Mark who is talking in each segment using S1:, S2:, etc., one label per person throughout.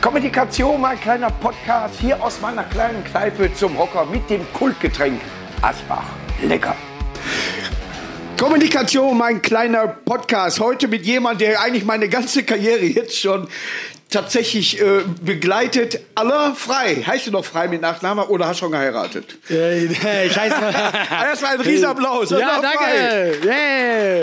S1: Kommunikation, mein kleiner Podcast hier aus meiner kleinen Kneipe zum Hocker mit dem Kultgetränk Asbach. Lecker. Kommunikation, mein kleiner Podcast. Heute mit jemandem, der eigentlich meine ganze Karriere jetzt schon tatsächlich äh, begleitet. Aller frei. Heißt du noch frei mit Nachname oder hast schon geheiratet?
S2: Äh, äh, Scheiße.
S1: Erstmal ein Riesenapplaus. Und
S2: Ja,
S1: Allah frei.
S2: danke. Yeah.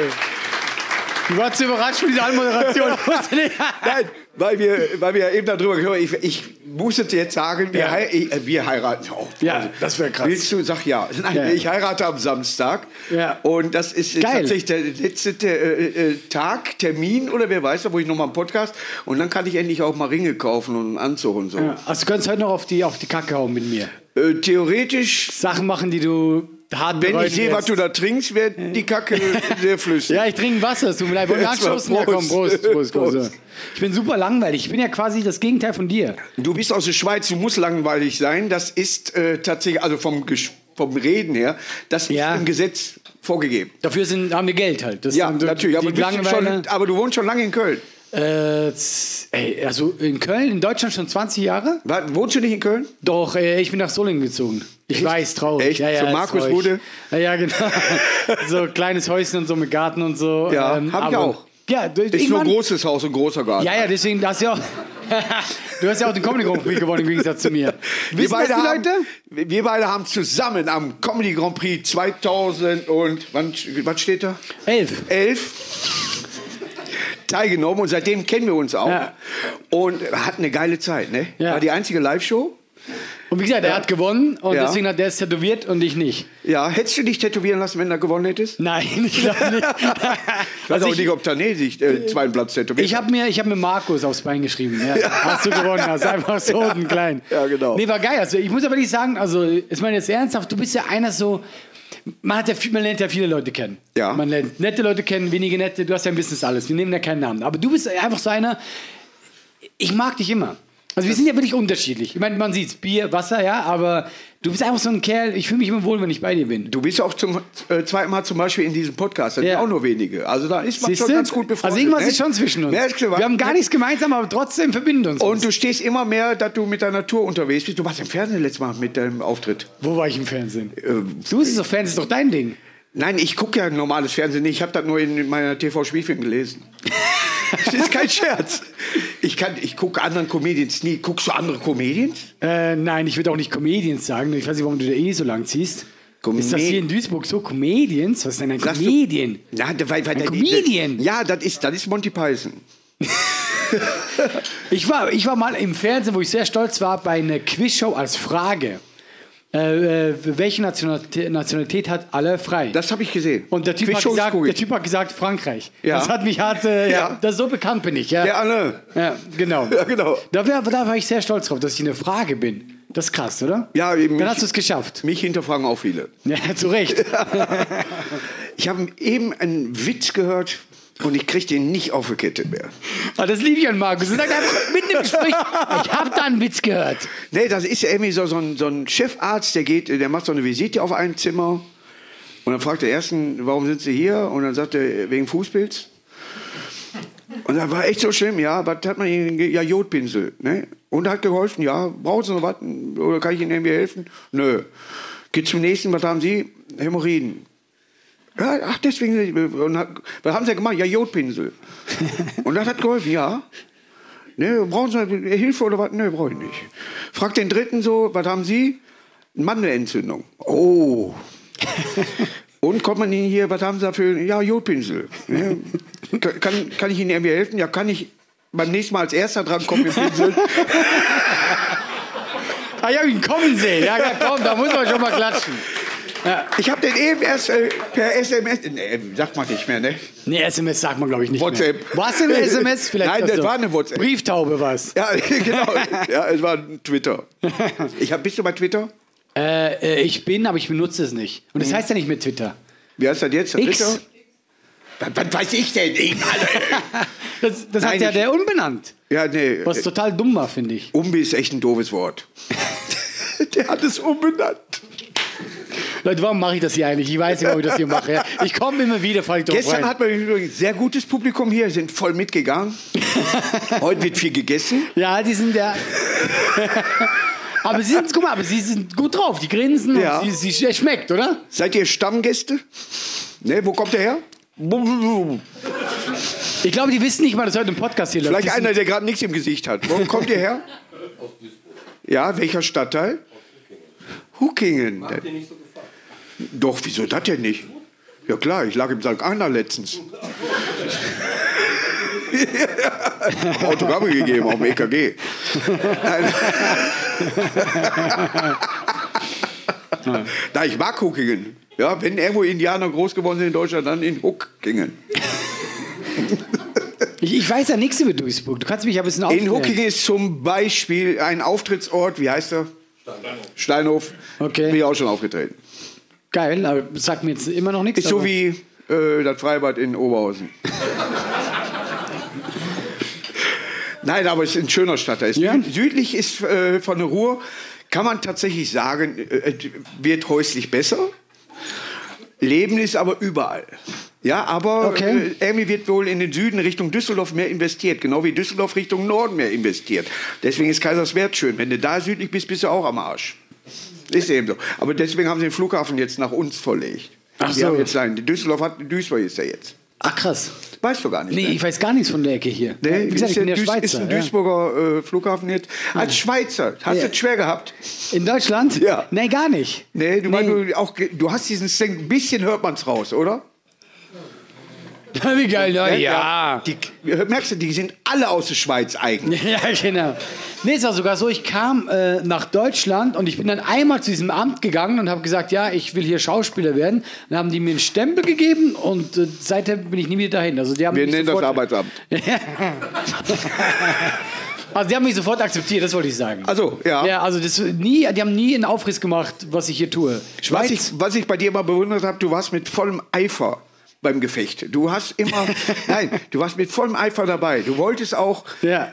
S2: Du warst überrascht mit der Anmoderation.
S1: Nein, weil wir, weil wir eben darüber gehört haben. Ich, ich muss es jetzt sagen, wir,
S2: Ja.
S1: hei äh, wir heiraten auch.
S2: Ja, das wär krass.
S1: Willst du? Sag ja. Nein,
S2: Ja.
S1: ich heirate am Samstag.
S2: Ja.
S1: Und das ist
S2: Geil.
S1: tatsächlich der letzte Te- äh, äh, Tag, Termin oder wer weiß, wo ich nochmal einen Podcast. Und dann kann ich endlich auch mal Ringe kaufen und einen Anzug und so.
S2: Ja, also du könntest heute noch auf die, auf die Kacke hauen mit mir.
S1: Äh, theoretisch,
S2: Sachen machen, die du hart
S1: wenn
S2: bereuen
S1: ich sehe,
S2: wirst.
S1: was du da trinkst, wird die Kacke sehr flüssig.
S2: Ja, ich trinke Wasser. Es tut mir leid. Wollen wir
S1: Jetzt mal
S2: anstoßen? Ja, komm,
S1: Prost.
S2: Prost. Prost, Prost.
S1: Prost.
S2: Ich bin super langweilig. Ich bin ja quasi das Gegenteil von dir.
S1: Du bist aus der Schweiz, du musst langweilig sein. Das ist äh, tatsächlich, also vom, Gesch- vom Reden her, das
S2: Ja.
S1: ist im Gesetz vorgegeben.
S2: Dafür sind, haben wir Geld halt. Das
S1: Ja,
S2: haben die-
S1: natürlich. Aber
S2: die
S1: du, bist
S2: Langeweile.
S1: schon, aber du wohnst schon lange in Köln.
S2: Äh, z- ey, also in Köln, in Deutschland schon 20 Jahre?
S1: Wa- Wohnst du nicht in Köln?
S2: Doch, äh, ich bin nach Solingen gezogen. Ich
S1: Echt?
S2: weiß, traurig.
S1: Echt?
S2: Ja, ja,
S1: Zur
S2: ist
S1: Markusbude?
S2: traurig. Ja, ja, genau. so kleines Häuschen und so mit Garten und so. Ähm,
S1: Ja, hab ich
S2: aber-
S1: auch.
S2: Ja, du,
S1: Ist nur
S2: irgendwann-
S1: ein großes Haus und großer Garten.
S2: Ja, ja, deswegen, du hast ja auch, du hast ja auch den Comedy Grand Prix gewonnen im Gegensatz zu mir.
S1: Wir
S2: Wissen das
S1: beide,
S2: die
S1: haben,
S2: Leute?
S1: wir wir beide haben zusammen am Comedy Grand Prix 2000 und wann, wann steht da?
S2: Elf.
S1: 11 teilgenommen und seitdem kennen wir uns auch
S2: Ja.
S1: und hatten eine geile Zeit. Ne?
S2: Ja.
S1: War die einzige Live-Show.
S2: Und wie gesagt, er hat gewonnen und
S1: Ja.
S2: deswegen hat der es tätowiert und ich nicht.
S1: Ja, hättest du dich tätowieren lassen, wenn du gewonnen hättest?
S2: Nein, ich glaube nicht.
S1: Ich weiß
S2: Also
S1: auch
S2: ich-
S1: nicht, ob Tané sich äh, zweiten Platz tätowiert
S2: Ich habe mir, ich hab mir Markus aufs Bein geschrieben. Ja. Hast du gewonnen, hast einfach so und klein.
S1: Ja, genau.
S2: Nee, war geil. Also ich muss aber nicht sagen, also ist man jetzt ernsthaft, du bist ja einer so, man, hat ja viel, man lernt ja viele Leute kennen.
S1: Ja.
S2: Man lernt nette Leute kennen, wenige nette, du hast ja ein Business alles, wir nehmen da keinen Namen. Aber du bist einfach so einer, ich mag dich immer. Also wir sind ja wirklich unterschiedlich. Ich meine, man sieht's, Bier, Wasser, ja, aber du bist einfach so ein Kerl, ich fühle mich immer wohl, wenn ich bei dir bin.
S1: Du bist auch zum äh, zweiten Mal zum Beispiel in diesem Podcast. Das
S2: Ja.
S1: sind auch nur wenige. Also da ist man
S2: Siehst
S1: schon
S2: du?
S1: ganz gut befreundet.
S2: Also irgendwas
S1: ne?
S2: ist schon zwischen uns.
S1: Ja, ist klar. Ne?
S2: wir haben gar nichts gemeinsam, aber trotzdem verbinden uns.
S1: Und du stehst immer mehr, dass du mit deiner Tour unterwegs bist. Du warst im Fernsehen letztes Mal mit deinem Auftritt.
S2: Wo war ich im Fernsehen?
S1: Ähm,
S2: du bist doch Fernsehen, ist doch dein Ding.
S1: Nein, ich gucke ja normales Fernsehen nicht. Ich habe das nur in meiner TV-Spielfilm gelesen. das ist kein Scherz. Ich, kann- ich gucke anderen Comedians nie. Guckst du andere Comedians?
S2: Äh, nein, ich würde auch nicht Comedians sagen. Ich weiß nicht, warum du da eh so lang ziehst.
S1: Come-
S2: ist das hier in Duisburg so? Comedians? Was ist denn ein
S1: Sagst du-
S2: Comedian?
S1: Na, da- weil, weil,
S2: Ein
S1: da-
S2: Comedian.
S1: Ja, das ist, das ist Monty Python.
S2: Ich war, ich war mal im Fernsehen, wo ich sehr stolz war, bei einer Quizshow als Frage. Äh, äh, welche Nationalität, Nationalität hat alle frei?
S1: Das habe ich gesehen.
S2: und der typ, hat
S1: Quizshows
S2: gesagt,
S1: guck
S2: der
S1: ich.
S2: typ hat gesagt Frankreich.
S1: Ja.
S2: Das hat mich hart. Äh,
S1: Ja.
S2: ja. Das so bekannt bin ich. Ja,
S1: Ja, ne.
S2: ja genau.
S1: Ja, genau.
S2: Da, wär, da war ich sehr stolz drauf, dass ich eine Frage bin. Das ist krass, oder?
S1: Ja, eben.
S2: Dann
S1: Ich-
S2: hast du es geschafft.
S1: Mich hinterfragen auch viele.
S2: Ja, zu Recht.
S1: Ich habe eben einen Witz gehört und ich kriege den nicht auf die Kette mehr.
S2: Aber Ah, das liebe ich an Markus. Er sagt einfach mitten im Gespräch, ich habe da einen Witz gehört.
S1: Nee, das ist ja irgendwie so, so, ein, so ein Chefarzt, der geht, der macht so eine Visite auf einem Zimmer und dann fragt der Ersten, warum sind Sie hier? Und dann sagt er, wegen Fußpilz. Und dann war echt so schlimm, ja, was hat man Ihnen, ge- ja, Jodpinsel, ne? Und hat geholfen, ja, brauchen Sie noch was? Oder kann ich Ihnen irgendwie helfen? Nö. Geht zum nächsten, was haben Sie? Hämorrhoiden. Ja, ach, deswegen, und hat, was haben Sie gemacht? Ja, Jodpinsel. Und das hat geholfen, ja. Ne, brauchen Sie Hilfe oder was? Ne, brauche ich nicht. Frag den Dritten so, was haben Sie? Mandelentzündung. Oh. Und kommt man Ihnen hier, was haben Sie dafür? Ja, Jodpinsel. Ne? Kann- Kann, kann ich Ihnen irgendwie helfen? Ja, kann ich beim nächsten Mal als Erster dran kommen mit Pinsel?
S2: Ah, ich habe ihn kommen sehen. Ja, ja, komm, da muss man schon mal klatschen.
S1: Ich habe den eben erst äh, per SMS, nee, sagt man nicht mehr, ne?
S2: Nee, SMS sagt man, glaube ich, nicht
S1: WhatsApp.
S2: mehr. Was im SMS? Vielleicht
S1: Nein,
S2: doch
S1: das
S2: so.
S1: war eine WhatsApp.
S2: Brieftaube war es.
S1: Ja, genau. Ja, es war ein Twitter. Ich hab, bist du bei Twitter?
S2: Äh, äh, ich bin, aber ich benutze es nicht. Und das heißt ja nicht mehr Twitter.
S1: Wie heißt das jetzt? Der
S2: X.
S1: Twitter? Was, was weiß ich denn? Ich,
S2: Das, das
S1: Nein,
S2: hat ja
S1: ich-
S2: der unbenannt.
S1: ja, nee.
S2: Was total dumm war, finde ich.
S1: Umbi ist echt ein doofes Wort. Der hat es umbenannt.
S2: Leute, warum mache ich das hier eigentlich? Ich weiß nicht, warum ich das hier mache. Ja. Ich komme immer wieder, falle ich drauf
S1: Gestern
S2: rein.
S1: hatten wir übrigens sehr gutes Publikum hier, sind voll mitgegangen. Heute wird viel gegessen.
S2: ja, die sind ja. aber sie sind, guck mal, aber sie sind gut drauf. Die grinsen.
S1: Ja.
S2: Und sie, sie es schmeckt, oder?
S1: Seid ihr Stammgäste? Ne, wo kommt der her?
S2: Ich glaube, die wissen nicht mal, dass heute ein Podcast hier läuft.
S1: Vielleicht
S2: Die sind-
S1: einer, der gerade nichts im Gesicht hat. Wo kommt ihr her? Ja, welcher Stadtteil? Huckingen. Doch, wieso das denn nicht? Ja klar, ich lag im St. Anna letztens. Hab Autogramme gegeben auf dem EKG. Nein. Na, ich mag Huckingen. Ja, wenn irgendwo Indianer groß geworden sind in Deutschland, dann in Huckingen.
S2: Ich, ich weiß ja nichts über Duisburg. Du kannst mich ja ein bisschen
S1: In
S2: aufklären.
S1: Huckingen ist zum Beispiel ein Auftrittsort, wie heißt er? Steinhof.
S2: Okay.
S1: Bin ich auch schon aufgetreten.
S2: Geil, aber das sagt mir jetzt immer noch nichts.
S1: Ist so
S2: aber-
S1: wie äh, das Freibad in Oberhausen. Nein, aber es ist ein schöner Stadtteil. Es-
S2: Ja.
S1: Südlich ist äh, von der Ruhr, kann man tatsächlich sagen, äh, wird häuslich besser. Leben ist aber überall. Ja, aber
S2: Okay.
S1: äh, irgendwie wird wohl in den Süden Richtung Düsseldorf mehr investiert, genau wie Düsseldorf Richtung Norden mehr investiert. Deswegen ist Kaiserswerth schön. Wenn du da südlich bist, bist du auch am Arsch. Ist eben so. Aber deswegen haben sie den Flughafen jetzt nach uns verlegt.
S2: Ach
S1: Die
S2: so.
S1: haben jetzt einen. Düsseldorf hat Duisburg ist ja jetzt.
S2: Ach krass.
S1: Weißt du gar nicht.
S2: Nee,
S1: mehr.
S2: ich weiß gar nichts von der Ecke hier.
S1: Nee,
S2: Wie gesagt, ich
S1: ist,
S2: bin ja
S1: Duis-
S2: Schweizer.
S1: ist ein
S2: ja.
S1: Duisburger äh, Flughafen jetzt. Als Schweizer, hast
S2: Ja.
S1: du es schwer gehabt?
S2: In Deutschland?
S1: Ja.
S2: Nee, gar nicht.
S1: Nee, du, meinst, du, auch, ge- du hast diesen Sting, ein bisschen hört man es raus, oder?
S2: Wie geil, ne? Ja.
S1: Die, merkst du, die sind alle aus der Schweiz eigentlich.
S2: Ja, genau. Nee, es war sogar so, ich kam äh, nach Deutschland und ich bin dann einmal zu diesem Amt gegangen und habe gesagt, ja, ich will hier Schauspieler werden. Dann haben die mir einen Stempel gegeben und äh, seitdem bin ich nie wieder dahin. Also die haben
S1: Wir
S2: mich
S1: nennen das
S2: sofort,
S1: Arbeitsamt.
S2: Also die haben mich sofort akzeptiert, das wollte ich sagen.
S1: Also, ja.
S2: ja, also das nie, die haben nie einen Aufriss gemacht, was ich hier tue.
S1: Was
S2: Schweiz.
S1: ich, was ich bei dir immer bewundert habe, du warst mit vollem Eifer beim Gefecht. Du hast immer, nein, du warst mit vollem Eifer dabei. Du wolltest auch
S2: ja.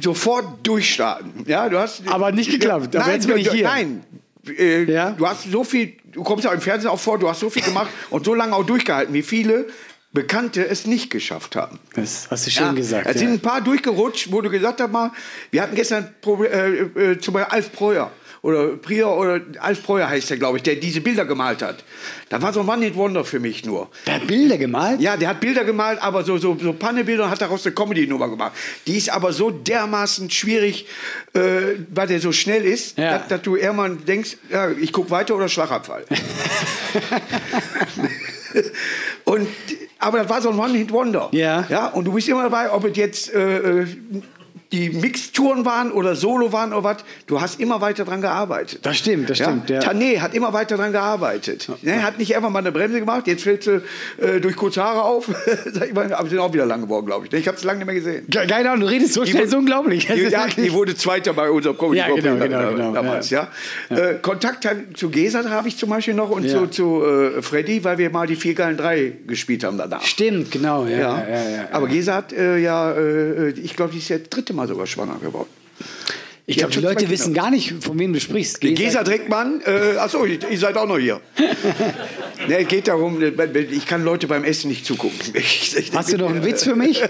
S1: sofort durchstarten. Ja, du hast,
S2: Aber nicht geklappt. Aber
S1: nein,
S2: jetzt bin ich
S1: du,
S2: hier.
S1: Nein. Äh,
S2: Ja.
S1: Du hast so viel, du kommst ja im Fernsehen auch vor, du hast so viel gemacht und so lange auch durchgehalten, wie viele Bekannte es nicht geschafft haben.
S2: Das hast du schön
S1: Ja,
S2: gesagt.
S1: Es
S2: ja.
S1: sind ein paar durchgerutscht, wo du gesagt hast, mal, wir hatten gestern Pro- äh, äh, zum Beispiel Alf Breuer. Oder Prior oder Alf Breuer heißt der, glaube ich, der diese Bilder gemalt hat. Da war so ein Mann in Wonder für mich nur.
S2: Der hat Bilder gemalt?
S1: Ja, der hat Bilder gemalt, aber so, so, so Pannebilder und hat daraus eine Comedy-Nummer gemacht. Die ist aber so dermaßen schwierig, äh, weil der so schnell ist,
S2: Ja.
S1: dass, dass du irgendwann denkst, ja, ich guck weiter oder Schlagabfall. und, aber das war so ein One-Hit-Wonder.
S2: Ja.
S1: ja. Und du bist immer dabei, ob es jetzt äh, äh, die Mixtouren waren oder Solo waren oder was, du hast immer weiter dran gearbeitet.
S2: Das stimmt, das stimmt.
S1: Ja?
S2: Ja.
S1: Tané hat immer weiter dran gearbeitet. Ne? Hat nicht einfach mal eine Bremse gemacht, jetzt fällt sie äh, durch kurze Haare auf. Sag ich mal, aber sind auch wieder lang geworden, glaube ich. ne? Ich habe es lange nicht mehr gesehen.
S2: Ge- Keine Ahnung, du redest so schnell,
S1: wurde-
S2: ist unglaublich. Das
S1: Die,
S2: ist
S1: ja,
S2: wirklich-
S1: die wurde Zweiter bei unserem comedy
S2: Ja, genau,
S1: Grand Prix
S2: genau, genau,
S1: damals. Ja. Äh, Kontakt hat- zu Gesat habe ich zum Beispiel noch und
S2: Ja.
S1: zu, zu äh, Freddy, weil wir mal die vier geilen drei gespielt haben danach.
S2: Stimmt, genau. Ja,
S1: Ja.
S2: ja. Ja, ja,
S1: Aber Gesat, äh, ja, äh, ich glaube, die ist ja das dritte Mal sogar schwanger geworden.
S2: Ich
S1: die
S2: glaube,
S1: hat
S2: die
S1: schon
S2: Leute
S1: zwei
S2: wissen gar nicht, von wem du sprichst.
S1: Gesa Dreckmann, äh, achso, ihr, ihr seid auch noch hier. ne, es geht darum, ich kann Leute beim Essen nicht zugucken. Ich, ich,
S2: Hast du noch einen Witz für mich?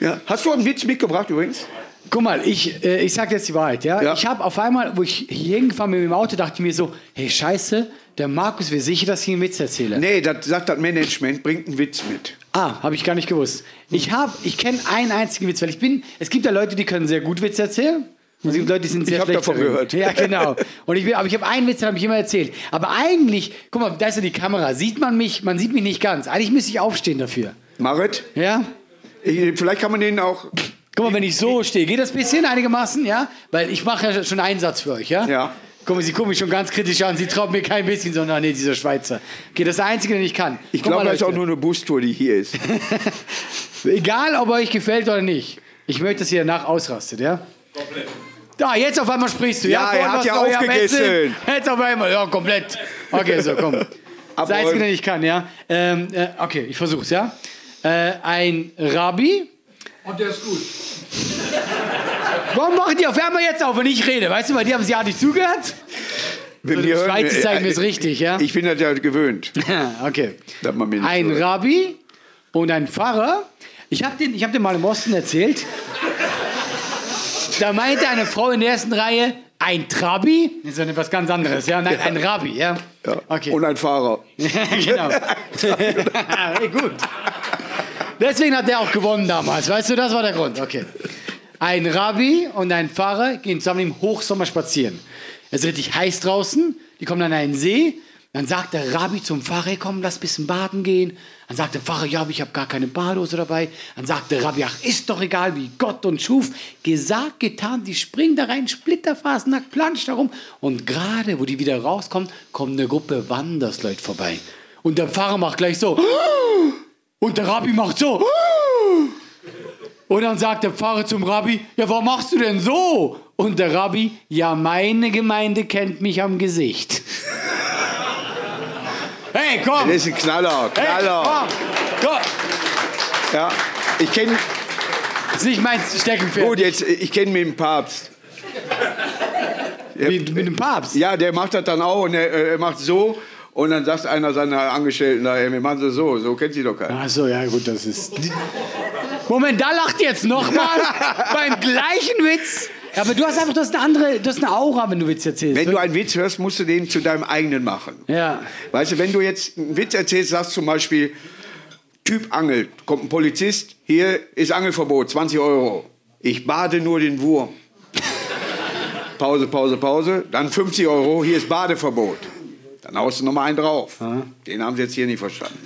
S1: ja. Hast du einen Witz mitgebracht übrigens?
S2: Guck mal, ich, äh, ich sag jetzt die Wahrheit. Ja?
S1: Ja.
S2: Ich habe auf einmal, wo ich hier hingefahren bin mit dem Auto, dachte ich mir so, hey Scheiße, der Markus wäre sicher, dass ich einen Witz erzähle.
S1: Nee, das sagt das Management, bringt einen Witz mit.
S2: Ah, habe ich gar nicht gewusst. Ich habe, ich kenne einen einzigen Witz, weil ich bin, es gibt ja Leute, die können sehr gut Witze erzählen. Und es gibt Leute, die sind sehr
S1: hab
S2: schlecht
S1: davon
S2: darin.
S1: gehört.
S2: Ja, genau. Und ich bin, aber ich habe einen Witz, den habe ich immer erzählt. Aber eigentlich, guck mal, da ist ja die Kamera. Sieht man mich? Man sieht mich nicht ganz. Eigentlich müsste ich aufstehen dafür.
S1: Marit,
S2: Ja?
S1: ich, vielleicht kann man den auch.
S2: Guck mal, wenn ich so stehe, geht das ein bisschen einigermaßen, ja? Weil ich mache ja schon einen Satz für euch, ja?
S1: Ja.
S2: Guck mal, sie gucken mich schon ganz kritisch an. Sie traut mir kein bisschen, sondern nee, dieser Schweizer. Okay, das ist der einzige, den ich kann.
S1: Ich
S2: Guck mal,
S1: glaube, das ist auch
S2: Leute.
S1: nur eine Bustour, die hier ist.
S2: Egal, ob er euch gefällt oder nicht. Ich möchte, dass ihr danach ausrastet, ja? Da, jetzt auf einmal sprichst du.
S1: Ja,
S2: vorhin
S1: er hat
S2: warst
S1: ja
S2: du, am
S1: aufgegessen.
S2: Essen. Jetzt auf einmal, ja, komplett. Okay, so, komm. Das
S1: Abräumen.
S2: Einzige, den ich kann, ja? Ähm, äh, okay, ich versuch's, ja? Äh, ein Rabbi.
S3: Und der ist gut.
S2: Warum machen die auf einmal jetzt auf, wenn ich rede? Weißt du, bei dir haben sie ja nicht zugehört.
S1: Bei
S2: So, die
S1: mir hören-
S2: Schweizer zeigen
S1: äh,
S2: es richtig, ja?
S1: Ich bin das ja gewöhnt.
S2: okay.
S1: Dass man mir nicht
S2: Ein
S1: so-
S2: Rabbi und ein Pfarrer. Ich habe den, ich hab den mal im Osten erzählt. Da meinte eine Frau in der ersten Reihe, ein Trabi? Das ist was ganz anderes, ja? Nein, ein Rabbi, ja?
S1: Ja.
S2: Okay.
S1: Und ein Fahrer.
S2: genau. hey, gut. Deswegen hat der auch gewonnen damals. Weißt du, das war der Grund. Okay. Ein Rabbi und ein Pfarrer gehen zusammen im Hochsommer spazieren. Es ist richtig heiß draußen. Die kommen an einen See. Dann sagt der Rabbi zum Pfarrer, hey, komm, lass ein bisschen baden gehen. Dann sagt der Pfarrer, ja, aber ich habe gar keine Badehose dabei. Dann sagt der Rabbi, ach, ist doch egal, wie Gott uns schuf. Gesagt, getan, die springen da rein, Splitterfasen, nackt, planscht da rum. Und gerade, wo die wieder rauskommen, kommt eine Gruppe Wandersleute vorbei. Und der Pfarrer macht gleich so. Und der Rabbi macht so. Und dann sagt der Pfarrer zum Rabbi, ja, warum machst du denn so? Und der Rabbi, ja, meine Gemeinde kennt mich am Gesicht. hey, komm!
S1: Das ist ein Knaller,
S2: hey,
S1: Knaller.
S2: komm! Komm!
S1: Ja. Ich kenne
S2: Das ist nicht mein Steckenpferd.
S1: gut jetzt, ich kenne mit dem Papst.
S2: Mit, mit dem Papst.
S1: Ja, der macht das dann auch und er, äh, er macht so und dann sagt einer seiner Angestellten da, ey, wir machen das so, so kennt sie doch keiner.
S2: Ach so, ja gut, das ist. Moment, da lacht ihr jetzt nochmal beim gleichen Witz. Ja, aber du hast einfach, du hast eine andere, du hast eine Aura, wenn du Witz erzählst.
S1: Wenn du einen Witz hörst, musst du den zu deinem eigenen machen.
S2: ja.
S1: Weißt du, wenn du jetzt einen Witz erzählst, sagst zum Beispiel, Typ angelt, kommt ein Polizist, hier ist Angelverbot, 20 Euro. Ich bade nur den Wurm. Pause, Pause, Pause. Dann 50 Euro, hier ist Badeverbot. Dann haust du nochmal einen drauf. Den haben sie jetzt hier nicht verstanden.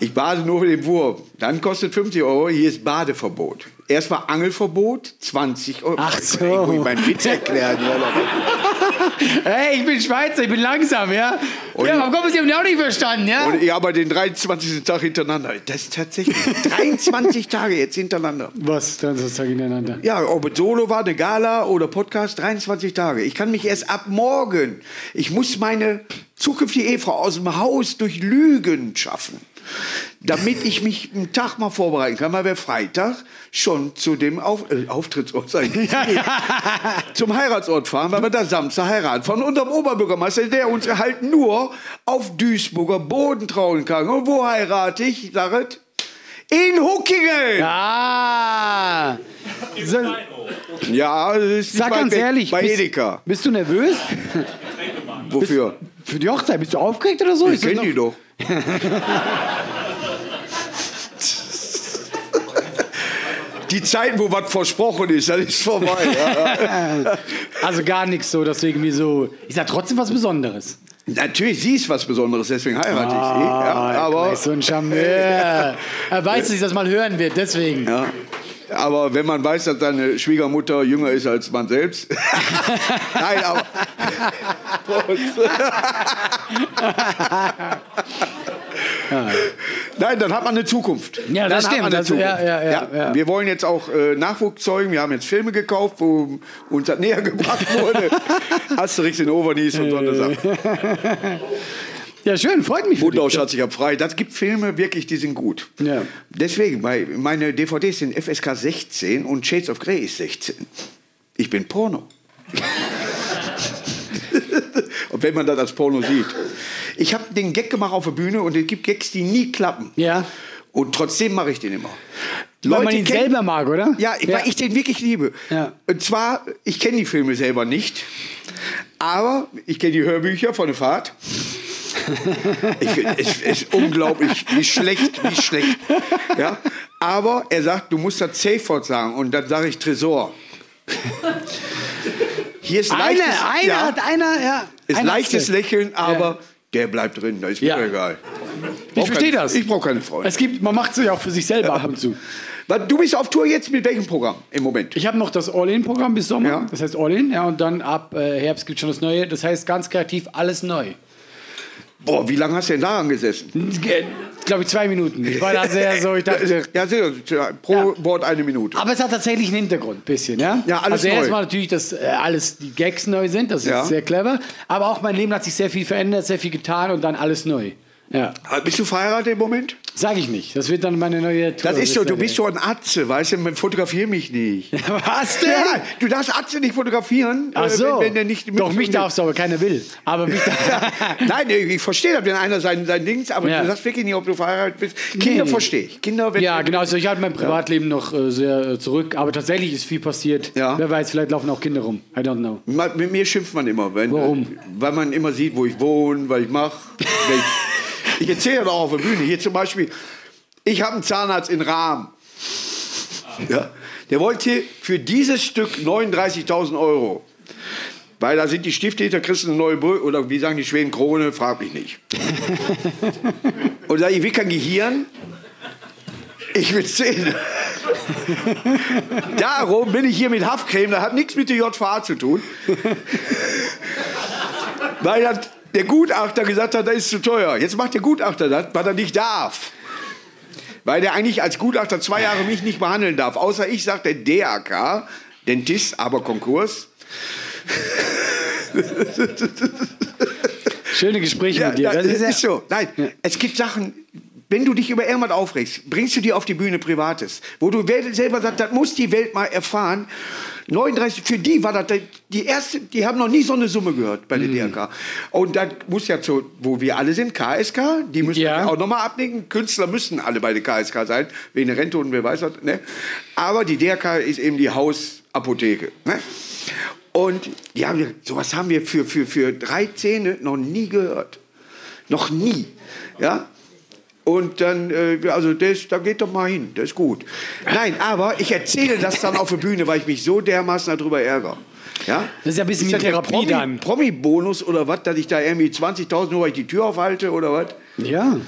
S1: Ich bade nur den Wurm. Dann kostet 50 Euro, hier ist Badeverbot. Erst war Angelverbot, 20 Euro.
S2: Ach so.
S1: Ich muss meinen Witz erklären. ja, aber-
S2: Hey, ich bin Schweizer, ich bin langsam, ja?
S1: Und-
S2: ja, warum kommen Sie haben auch nicht verstanden, ja?
S1: Und ich aber den 23. Tag hintereinander. Das ist tatsächlich 23 Tage jetzt hintereinander.
S2: Was? Dann sozusagen ineinander.
S1: Ja, ob es Solo war, eine Gala oder Podcast, 23 Tage. Ich kann mich erst ab morgen, ich muss meine zukünftige Ehefrau aus dem Haus durch Lügen schaffen, damit ich mich einen Tag mal vorbereiten kann, weil wir Freitag schon zu dem Auf äh, Auftrittsort sein. zum Heiratsort fahren, weil wir da Samstag heiraten. Von unserem Oberbürgermeister, der uns halt nur auf Duisburger Boden trauen kann. Und wo heirate ich? Sag es. In Huckingen!
S2: Ah! So,
S1: Ja, das ist
S2: sag
S1: bei,
S2: ganz
S1: bei,
S2: ehrlich.
S1: Bei
S2: bist,
S1: Edeka.
S2: Bist du nervös?
S1: Wofür?
S2: Für die Hochzeit? Bist du aufgeregt oder so?
S1: Ich kenne die doch. die Zeiten, wo was versprochen ist, das ist vorbei. Ja.
S2: Also gar nichts so, deswegen wie so. Ist ja trotzdem was Besonderes.
S1: Natürlich, sie ist was Besonderes, deswegen heirate ich sie. Ja,
S2: guck mal,
S1: aber,
S2: ist Ah, so ein Charmeur. Er weiß, dass ich das mal hören wird, deswegen.
S1: ja. aber wenn man weiß, dass deine Schwiegermutter jünger ist als man selbst. Nein, aber. Nein, dann hat man eine Zukunft.
S2: Ja, das
S1: dann
S2: stimmt.
S1: Hat man eine
S2: Also,
S1: Zukunft.
S2: ja, ja, ja, ja.
S1: Wir wollen jetzt auch äh, Nachwuchs zeugen. Wir haben jetzt Filme gekauft, wo uns das näher gebracht wurde. Asterix in Overnies und so eine Sache.
S2: Ja, schön, freut mich. für dich.
S1: Wundau, Schatz, ich hab frei. Das gibt Filme wirklich, die sind gut.
S2: Ja.
S1: Deswegen, weil meine DVDs sind FSK 16 und Shades of Grey ist 16. Ich bin Porno. und wenn man das als Porno sieht. Ich habe den Gag gemacht auf der Bühne und es gibt Gags, die nie klappen.
S2: Ja.
S1: Und trotzdem mache ich den immer.
S2: Weil man ihn
S1: kennen-
S2: selber mag, oder?
S1: Ja, weil ich den wirklich liebe.
S2: Ja.
S1: Und zwar, ich kenne die Filme selber nicht, aber ich kenne die Hörbücher von der Fahrt. Ich, es es ist unglaublich, wie schlecht, wie schlecht. Ja? Aber er sagt, du musst das Safe Word sagen und dann sage ich Tresor. Hier ist
S2: Einer,
S1: leichtes,
S2: einer
S1: ja,
S2: hat einer, ja.
S1: ist
S2: einer
S1: leichtes
S2: hat's.
S1: Lächeln, aber der bleibt drin, das ist mir
S2: Ja.
S1: egal.
S2: Ich verstehe
S1: keine,
S2: das.
S1: Ich brauche keine Freunde.
S2: Es gibt, man macht es ja auch für sich selber ab und zu.
S1: Was, Du bist auf Tour jetzt mit welchem Programm im Moment?
S2: Ich habe noch das All-In-Programm bis Sommer.
S1: Ja.
S2: Das heißt All-In, ja, und dann ab äh, Herbst gibt schon das Neue. Das heißt ganz kreativ alles neu.
S1: Boah, wie lange hast du denn daran gesessen?
S2: Glaube ich zwei Minuten. Ich war da sehr so, ich dachte.
S1: Ja, sehr, sehr, pro Wort eine Minute.
S2: Aber es hat tatsächlich einen Hintergrund, bisschen, ja?
S1: Ja, alles
S2: also
S1: neu.
S2: erstmal natürlich, dass äh, alles die Gags neu sind, das ist
S1: Ja.
S2: sehr clever. Aber auch mein Leben hat sich sehr viel verändert, sehr viel getan und dann alles neu. Ja.
S1: Bist du verheiratet im Moment?
S2: Sage ich nicht. Das wird dann meine neue Tour.
S1: Das ist so, du
S2: Serie.
S1: bist so ein Atze, weißt du, fotografiere mich nicht.
S2: Was denn?
S1: Ja, du darfst Atze nicht fotografieren,
S2: Ach
S1: äh,
S2: so.
S1: wenn, wenn er nicht
S2: Doch, mich darfst du, aber keiner will. Aber mich darf.
S1: Nein, ich ich verstehe das, wenn einer sein, sein Dings, aber
S2: Ja.
S1: du sagst wirklich nicht, ob du verheiratet bist. Kinder
S2: Nee.
S1: verstehe ich. Kinder, wenn
S2: ja, genau. Also ich halte mein Privatleben noch äh, sehr äh, zurück, aber tatsächlich ist viel passiert.
S1: Ja.
S2: Wer weiß, vielleicht laufen auch Kinder rum. I don't know.
S1: Ma- Mit mir schimpft man immer. Wenn, äh,
S2: Warum?
S1: Weil man immer sieht, wo ich wohne, was ich mache. ich ich erzähle das auch auf der Bühne. Hier zum Beispiel, ich habe einen Zahnarzt in Rahm. Ja, der wollte für dieses Stück 39.000 Euro. Weil da sind die Stifttäter, kriegst du eine neue Brü oder wie sagen die Schweden, Krone, frag mich nicht. und sage ich, will kein Gehirn, ich will Zähne. Darum bin ich hier mit Haftcreme, das hat nichts mit der JVA zu tun. Weil das, der Gutachter gesagt hat, das ist zu teuer. Jetzt macht der Gutachter das, was er nicht darf. Weil der eigentlich als Gutachter zwei Jahre mich nicht behandeln darf. Außer ich sage der DAK, Dentist, aber Konkurs.
S2: Schöne Gespräche
S1: Ja,
S2: mit dir.
S1: nein,
S2: Das ist ja,
S1: so. Nein, es gibt Sachen, wenn du dich über irgendwas aufregst, bringst du dir auf die Bühne Privates, wo du wel- selber sagst, das muss die Welt mal erfahren. 39, für die war das die erste, die haben noch nie so eine Summe gehört
S2: Mhm.
S1: bei der DRK. Und da muss ja zu, wo wir alle sind, KSK, die müssen
S2: Ja.
S1: auch nochmal abnicken. Künstler müssen alle bei der KSK sein, wegen der Rente und wer weiß was. Ne? Aber die DRK ist eben die Hausapotheke. Ne? Und die haben, gesagt, sowas haben wir für, für, für drei Zähne noch nie gehört. Noch nie. Ja? Und dann, äh, also das, da geht doch mal hin, das ist gut. Nein, aber ich erzähle das dann auf der Bühne, weil ich mich so dermaßen darüber ärgere. Ja?
S2: Das ist ja ein bisschen wie
S1: der
S2: Therapie
S1: Promi,
S2: dann.
S1: Promi-Bonus oder was, dass ich da irgendwie 20.000 nur weil ich die Tür aufhalte oder was?
S2: ja.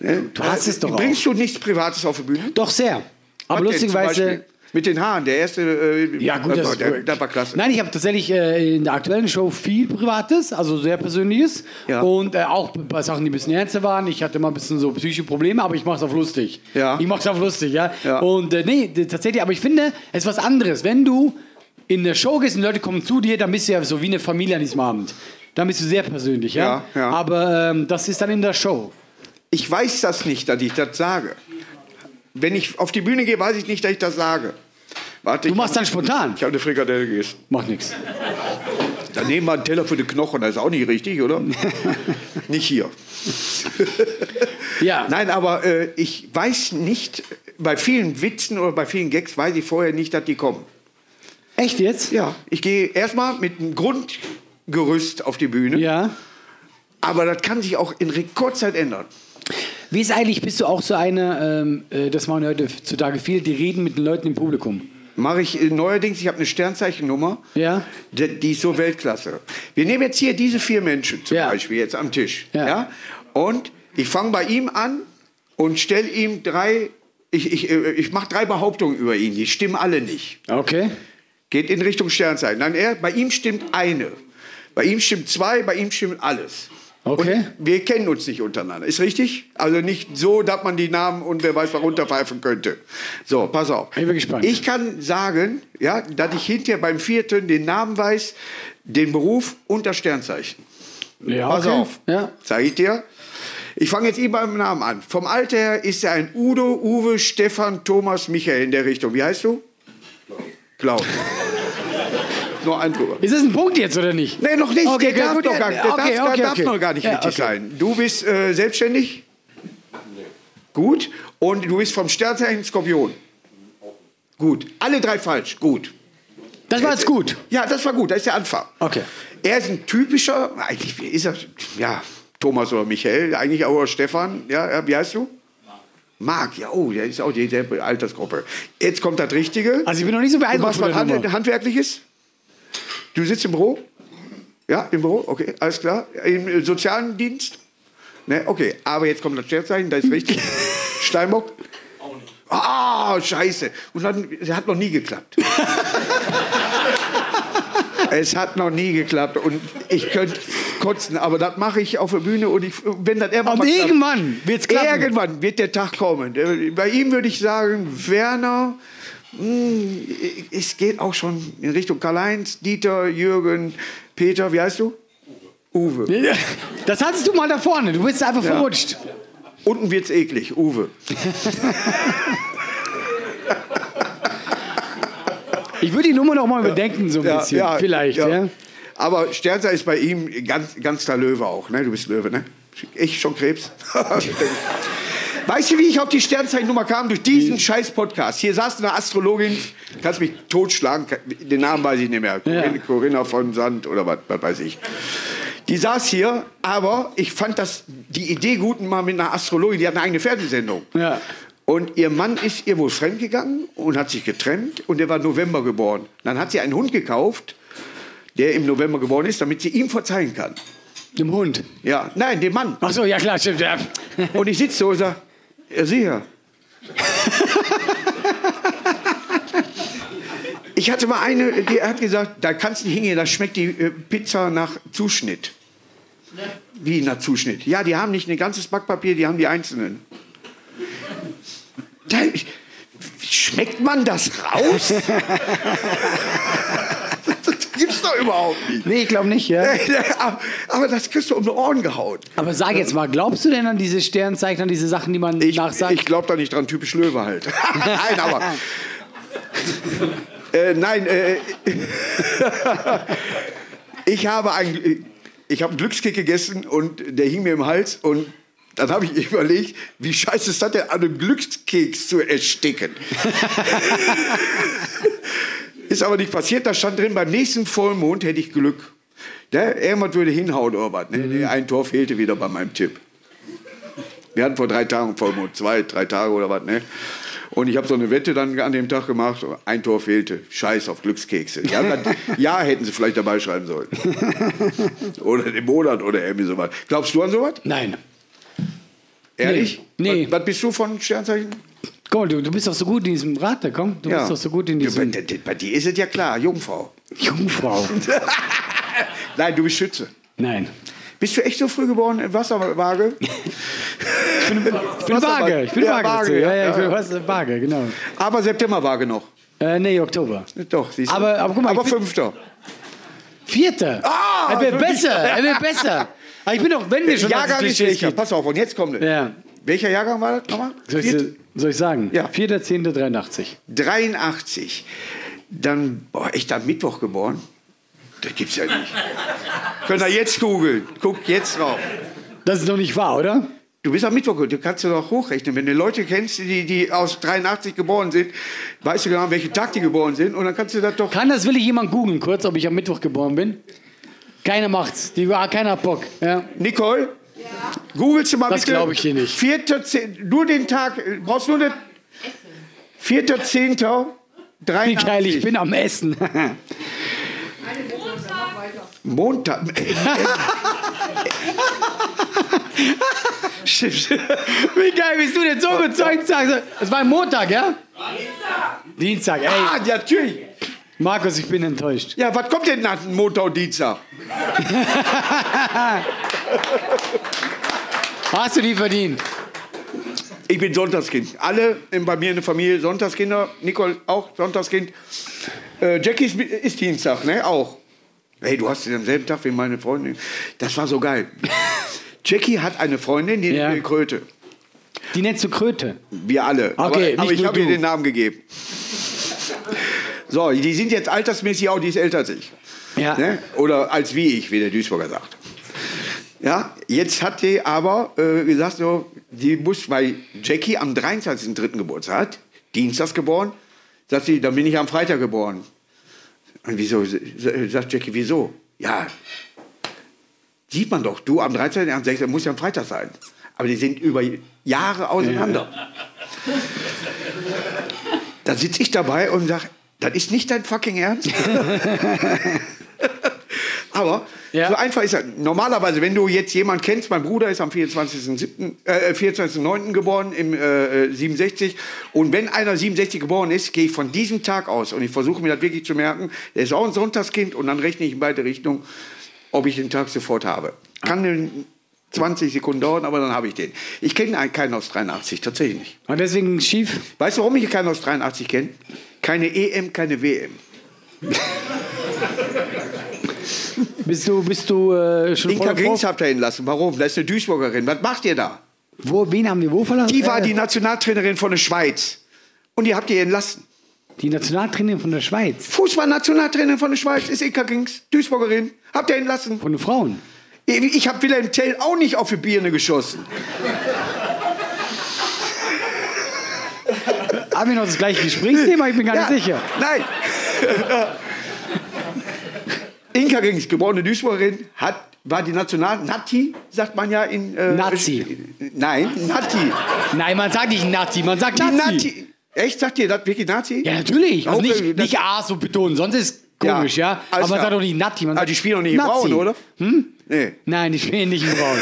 S1: Ne?
S2: Du hast es doch
S1: Bringst du nichts Privates auf die Bühne?
S2: Doch sehr.
S1: Was
S2: Aber
S1: denn zum
S2: lustigerweise.
S1: Beispiel? Mit den Haaren, der erste. Äh,
S2: Ja, gut,
S1: das,
S2: das,
S1: der, das war klasse.
S2: Nein, ich habe tatsächlich äh, in der aktuellen Show viel Privates, also sehr Persönliches.
S1: Ja.
S2: Und äh, auch bei Sachen, die ein bisschen ernster waren. Ich hatte mal ein bisschen so psychische Probleme, aber ich mache es auf lustig.
S1: Ja.
S2: Ich mache es auf lustig, ja.
S1: Ja.
S2: Und äh, nee, d- tatsächlich, aber ich finde, es ist was anderes. Wenn du in der Show gehst und Leute kommen zu dir, dann bist du ja so wie eine Familie an diesem Abend. Dann bist du sehr persönlich, ja.
S1: Ja, ja.
S2: Aber ähm, das ist dann in der Show.
S1: Ich weiß das nicht, dass ich das sage. Wenn ich auf die Bühne gehe, weiß ich nicht, dass ich das sage. Warte,
S2: Du
S1: ich
S2: machst dann spontan.
S1: Ich habe eine Frikadelle gegessen.
S2: Macht nichts.
S1: Dann nehmen wir einen Teller für die Knochen. Das ist auch nicht richtig, oder? nicht hier.
S2: Ja.
S1: Nein, aber äh, ich weiß nicht, bei vielen Witzen oder bei vielen Gags weiß ich vorher nicht, dass die kommen.
S2: Echt jetzt?
S1: Ja, ich gehe erstmal mit einem Grundgerüst auf die Bühne.
S2: ja.
S1: Aber das kann sich auch in Rekordzeit ändern.
S2: Wie ist eigentlich, bist du auch so einer, ähm, äh, das machen heute heutzutage viele, die reden mit den Leuten im Publikum?
S1: Mache ich äh, neuerdings, ich habe eine Sternzeichennummer.
S2: Ja?
S1: Die, die ist so Weltklasse. Wir nehmen jetzt hier diese vier Menschen zum
S2: Ja.
S1: Beispiel jetzt am Tisch.
S2: Ja.
S1: Ja. Und ich fange bei ihm an und stelle ihm drei, ich, ich, äh, ich mache drei Behauptungen über ihn, die stimmen alle nicht.
S2: Okay.
S1: Geht in Richtung Sternzeichen. Dann er, bei ihm stimmt eine. Bei ihm stimmt zwei, bei ihm stimmt alles.
S2: Okay.
S1: Und wir kennen uns nicht untereinander. Ist richtig? Also nicht so, dass man die Namen und wer weiß, was runterpfeifen könnte. So, pass auf.
S2: Ich bin gespannt.
S1: Ich kann sagen, ja, dass ich hinterher beim vierten den Namen weiß, den Beruf und das Sternzeichen.
S2: Ja,
S1: Pass
S2: okay.
S1: auf.
S2: Ja.
S1: Zeige ich dir. Ich fange jetzt eben beim Namen an. Vom Alter her ist er ein Udo, Uwe, Stefan, Thomas, Michael in der Richtung. Wie heißt du? Klaus. Nur ein drüber.
S2: Ist das ein Punkt jetzt oder nicht?
S1: Nee, noch nicht.
S2: Okay,
S1: der darf,
S2: gut,
S1: noch,
S2: ja,
S1: gar, der
S2: okay,
S1: darf,
S2: okay,
S1: darf
S2: okay.
S1: noch gar nicht
S2: Ja,
S1: richtig
S2: okay.
S1: sein. Du bist äh, selbstständig? Gut. Und du bist vom Sternzeichen Skorpion? Gut. Alle drei falsch. Gut.
S2: Das war jetzt gut.
S1: Ja, das war gut. Das ist der Anfang.
S2: Okay.
S1: Er ist ein typischer, eigentlich ist er, ja, Thomas oder Michael, eigentlich auch Stefan. Ja, ja, wie heißt du? Marc, ja, oh, der ist auch die dieselbe Altersgruppe. Jetzt kommt das Richtige.
S2: Also ich bin noch nicht so
S1: Du machst
S2: beeindruckt von
S1: was
S2: der Nummer.
S1: Hand Handwerkliches? Du sitzt im Büro? Ja, im Büro? Okay, alles klar. Im äh, sozialen Dienst? Ne, okay, aber jetzt kommt das Sternzeichen, da ist richtig. Steinbock? Ah, scheiße. Und dann, es hat noch nie geklappt. es hat noch nie geklappt. Und ich könnte kotzen, aber das mache ich auf der Bühne. Und ich, wenn das irgendwann
S2: Und
S1: mal klappt-
S2: irgendwann wird's klappen.
S1: Irgendwann wird der Tag kommen. Der- Bei ihm würde ich sagen, Werner, mh, es geht auch schon in Richtung Karl-Heinz, Dieter, Jürgen, Peter, wie heißt du? Uwe.
S2: Das hattest du mal da vorne. Du bist einfach verrutscht.
S1: Unten wird's eklig, Uwe.
S2: Ich würde die Nummer noch mal überdenken, so ein bisschen. Vielleicht, ja.
S1: Aber Sternzeichen ist bei ihm ganz, ganz der Löwe auch, ne? Du bist Löwe, ne? Ich schon Krebs. weißt du, wie ich auf die Sternzeichennummer kam? Durch diesen scheiß Podcast. Hier saß eine Astrologin, kannst mich totschlagen, den Namen weiß ich nicht mehr. Corinna, Corinna von Sand oder was, was weiß ich. Die saß hier, aber ich fand das, die Idee gut, mal mit einer Astrologin, die hat eine eigene Fernsehsendung.
S2: Ja.
S1: Und ihr Mann ist ihr wohl fremdgegangen und hat sich getrennt und er war im November geboren. Dann hat sie einen Hund gekauft, der im November geboren ist, damit sie ihm verzeihen kann.
S2: Dem Hund.
S1: Ja, nein, dem Mann.
S2: Ach so, ja klar, stimmt. Ja.
S1: Und ich sitze so und sage, ja, sicher. ich hatte mal eine, die hat gesagt, da kannst du nicht hingehen, da schmeckt die äh, Pizza nach Zuschnitt. Wie nach Zuschnitt? Ja, die haben nicht ein ganzes Backpapier, die haben die einzelnen. Da, schmeckt man das raus? das gibt's doch überhaupt nicht.
S2: Nee, ich glaube nicht, ja.
S1: Aber- Aber das kriegst du um die Ohren gehauen.
S2: Aber sag jetzt mal, glaubst du denn an diese Sternzeichen, an diese Sachen, die man
S1: Ich,
S2: nachsagt?
S1: ich glaube da nicht dran, typisch Löwe halt. nein, aber. äh, nein, äh, ich habe ein, ich habe einen Glückskick gegessen und der hing mir im Hals und dann habe ich überlegt, wie scheiße ist das denn, an einem Glückskeks zu ersticken. ist aber nicht passiert, da stand drin, beim nächsten Vollmond hätte ich Glück. Ne? Irgendwas würde hinhauen, oder was? Ne? Nee, Ein Tor fehlte wieder bei meinem Tipp. Wir hatten vor drei Tagen Vollmond, zwei, drei Tage oder was, ne? Und ich habe so eine Wette dann an dem Tag gemacht, ein Tor fehlte. Scheiß auf Glückskekse. Ja, dann, ja hätten sie vielleicht dabei schreiben sollen. oder den Monat oder irgendwie sowas. Glaubst du an sowas?
S2: Nein.
S1: Ehrlich?
S2: Nee.
S1: Was, was bist du von Sternzeichen?
S2: Guck mal, du, du bist doch so gut in diesem Rate, komm. Du bist doch so gut in
S1: Du,
S2: diesem
S1: Bei, bei dir ist es ja klar, Jungfrau.
S2: Jungfrau.
S1: Nein, du bist Schütze.
S2: Nein.
S1: Bist du echt so früh geboren in Wasserwaage?
S2: Ich bin vage. Ich bin
S1: Ja,
S2: vage.
S1: vage,
S2: dazu. ja,
S1: ja,
S2: ja, ich bin
S1: ja.
S2: was- vage, genau.
S1: Aber Septemberwaage noch.
S2: Äh, nee, Oktober.
S1: Doch, siehst du.
S2: Aber- aber guck mal,
S1: aber
S2: ich bin-
S1: Fünfter.
S2: Vierter.
S1: Ah,
S2: er wird
S1: wirklich?
S2: besser. Er wird besser. Aber ich bin doch, wenn wir schon auf die
S1: Jahrgang ist
S2: Klischees
S1: welcher?
S2: gehen.
S1: Pass auf, und jetzt kommt es.
S2: Ja.
S1: Welcher Jahrgang war das nochmal?
S2: Soll ich,
S1: Viert-
S2: soll ich sagen?
S1: Ja.
S2: 4.10.83.
S1: 83. Dann, boah, echt am Mittwoch geboren? Das gibt's ja nicht. Könnt ihr jetzt googeln. Guckt jetzt drauf.
S2: Das ist doch nicht wahr, oder?
S1: Du bist am Mittwoch, geboren, du kannst ja doch hochrechnen. Wenn du Leute kennst, die, die aus 83 geboren sind, weißt du genau, an welchem Tag die geboren sind. Und dann kannst du das doch...
S2: Kann das wirklich jemand googeln, kurz, ob ich am Mittwoch geboren bin? Keiner macht's. Die, ah, keiner hat Bock. Ja.
S1: Nicole, googelst du mal
S2: Das
S1: bitte.
S2: glaub ich dir nicht.
S1: Vierter, Zeh- nur den Tag, äh, brauchst nur den... Vierter, Zehnter,
S2: Wie geil, ich
S1: 83.
S2: bin am Essen.
S1: Montag. Stimmt.
S2: Wie geil bist du denn so überzeugt? sagst du? Es war ein Montag, ja? Dienstag. Dienstag, ey.
S1: Ah, natürlich.
S2: Markus, ich bin enttäuscht.
S1: Ja, was kommt denn nach Montag und Dienstag?
S2: Hast du die verdient?
S1: Ich bin Sonntagskind. Alle in, bei mir in der Familie Sonntagskinder. Nicole auch Sonntagskind. Äh, Jackie ist, ist Dienstag, ne? Auch. Hey, du hast den am selben Tag wie meine Freundin. Das war so geil. Jackie hat eine Freundin, die
S2: Ja.
S1: nennt Kröte.
S2: Die nennst du Kröte.
S1: Wir alle.
S2: Okay,
S1: aber aber
S2: nicht
S1: ich
S2: nur
S1: habe ihr
S2: du.
S1: den Namen gegeben. So, die sind jetzt altersmäßig auch, die ist älter als ich.
S2: Ja.
S1: Ne? Oder als wie ich, wie der Duisburger sagt. Ja, jetzt hat die aber äh, gesagt, so, die muss, weil Jackie am 23.3. Geburtstag hat, Dienstags geboren, sagt sie, dann bin ich am Freitag geboren. Und wieso? Sagt Jackie, wieso? Ja, sieht man doch, du am 13., am 16., muss ja am Freitag sein. Aber die sind über Jahre auseinander. Dann sitze ich dabei und sage, das ist nicht dein fucking Ernst. Aber
S2: Ja.
S1: so einfach ist das. Normalerweise, wenn du jetzt jemanden kennst, mein Bruder ist am 24.9. Äh, 24.09. geboren, im äh, äh, 67. Und wenn einer 67 geboren ist, gehe ich von diesem Tag aus. Und ich versuche mir das wirklich zu merken. Der ist auch ein Sonntagskind und dann rechne ich in beide Richtungen, ob ich den Tag sofort habe. Kann in 20 Sekunden dauern, aber dann habe ich den. Ich kenne einen- keinen aus 83, tatsächlich nicht.
S2: Und deswegen schief.
S1: Weißt du, warum ich keinen aus 83 kenne? Keine EM, keine WM.
S2: Bist du, bist du äh, schon
S1: Inka
S2: voller
S1: Grings
S2: Vorfreude? äh,
S1: habt ihr ihn lassen. Warum? Da ist eine Duisburgerin. Was macht ihr da?
S2: Wo, wen haben wir wo verlassen?
S1: Die war
S2: Äh,
S1: die Nationaltrainerin von der Schweiz. Und die habt ihr entlassen.
S2: die Nationaltrainerin von der Schweiz.
S1: Fußball-Nationaltrainerin von der Schweiz ist Eka Gings, Duisburgerin. Habt ihr entlassen.
S2: Von den Frauen.
S1: Ich habe Wilhelm Tell auch nicht auf die Birne geschossen.
S2: Haben wir noch das gleiche Gesprächsthema? Ich bin gar
S1: Ja,
S2: nicht sicher.
S1: Nein. Inka Gings, geborene Duisburgerin, hat, war die National... Nati, sagt man ja in... Äh,
S2: Nazi.
S1: Nein, Nati.
S2: Nein, man sagt nicht Nazi, man sagt
S1: Die
S2: Nazi.
S1: Nati. Echt, sagt ihr das wirklich Nazi?
S2: Ja, natürlich. Also
S1: Okay,
S2: nicht,
S1: das-
S2: nicht A so betonen, sonst ist
S1: Ja,
S2: komisch, ja.
S1: alles
S2: Aber man
S1: klar.
S2: sagt doch nicht Nazi. Man
S1: Ah,
S2: sagt
S1: die spielen doch nicht in
S2: Nazi.
S1: Braun, oder? Hm? Nee.
S2: Nein, ich bin nicht in Braun.